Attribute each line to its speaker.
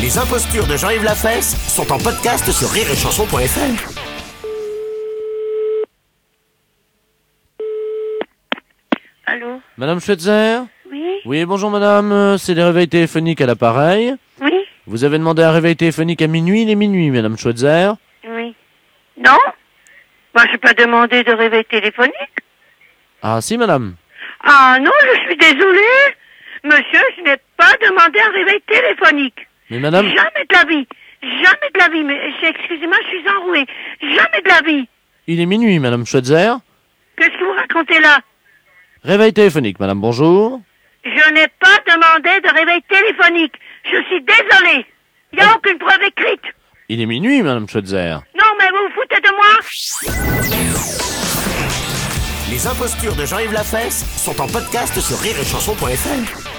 Speaker 1: Les impostures de Jean-Yves Lafesse sont en podcast sur rireetchanson.fr.
Speaker 2: Allô
Speaker 3: Madame Schweitzer
Speaker 2: Oui
Speaker 3: Oui, bonjour madame, euh, c'est les réveils téléphoniques à l'appareil.
Speaker 2: Oui
Speaker 3: Vous avez demandé un réveil téléphonique à minuit, il est minuit, madame Schweitzer.
Speaker 2: Oui. Non Moi, j'ai pas demandé de réveil téléphonique.
Speaker 3: Ah si madame
Speaker 2: Ah non, je suis désolée. Monsieur, je n'ai pas demandé un réveil téléphonique.
Speaker 3: Mais madame
Speaker 2: Jamais de la vie. Jamais de la vie. Mais j'ai- excusez-moi, je suis enrouée. Jamais de la vie.
Speaker 3: Il est minuit, madame Schweitzer.
Speaker 2: Qu'est-ce que vous racontez là
Speaker 3: Réveil téléphonique, madame, bonjour.
Speaker 2: Je n'ai pas demandé de réveil téléphonique. Je suis désolée. Il n'y a aucune preuve écrite.
Speaker 3: Il est minuit, madame Schweitzer.
Speaker 2: Non, mais vous vous foutez de moi
Speaker 1: Les impostures de Jean-Yves Lafesse sont en podcast sur rireetchanson.fr.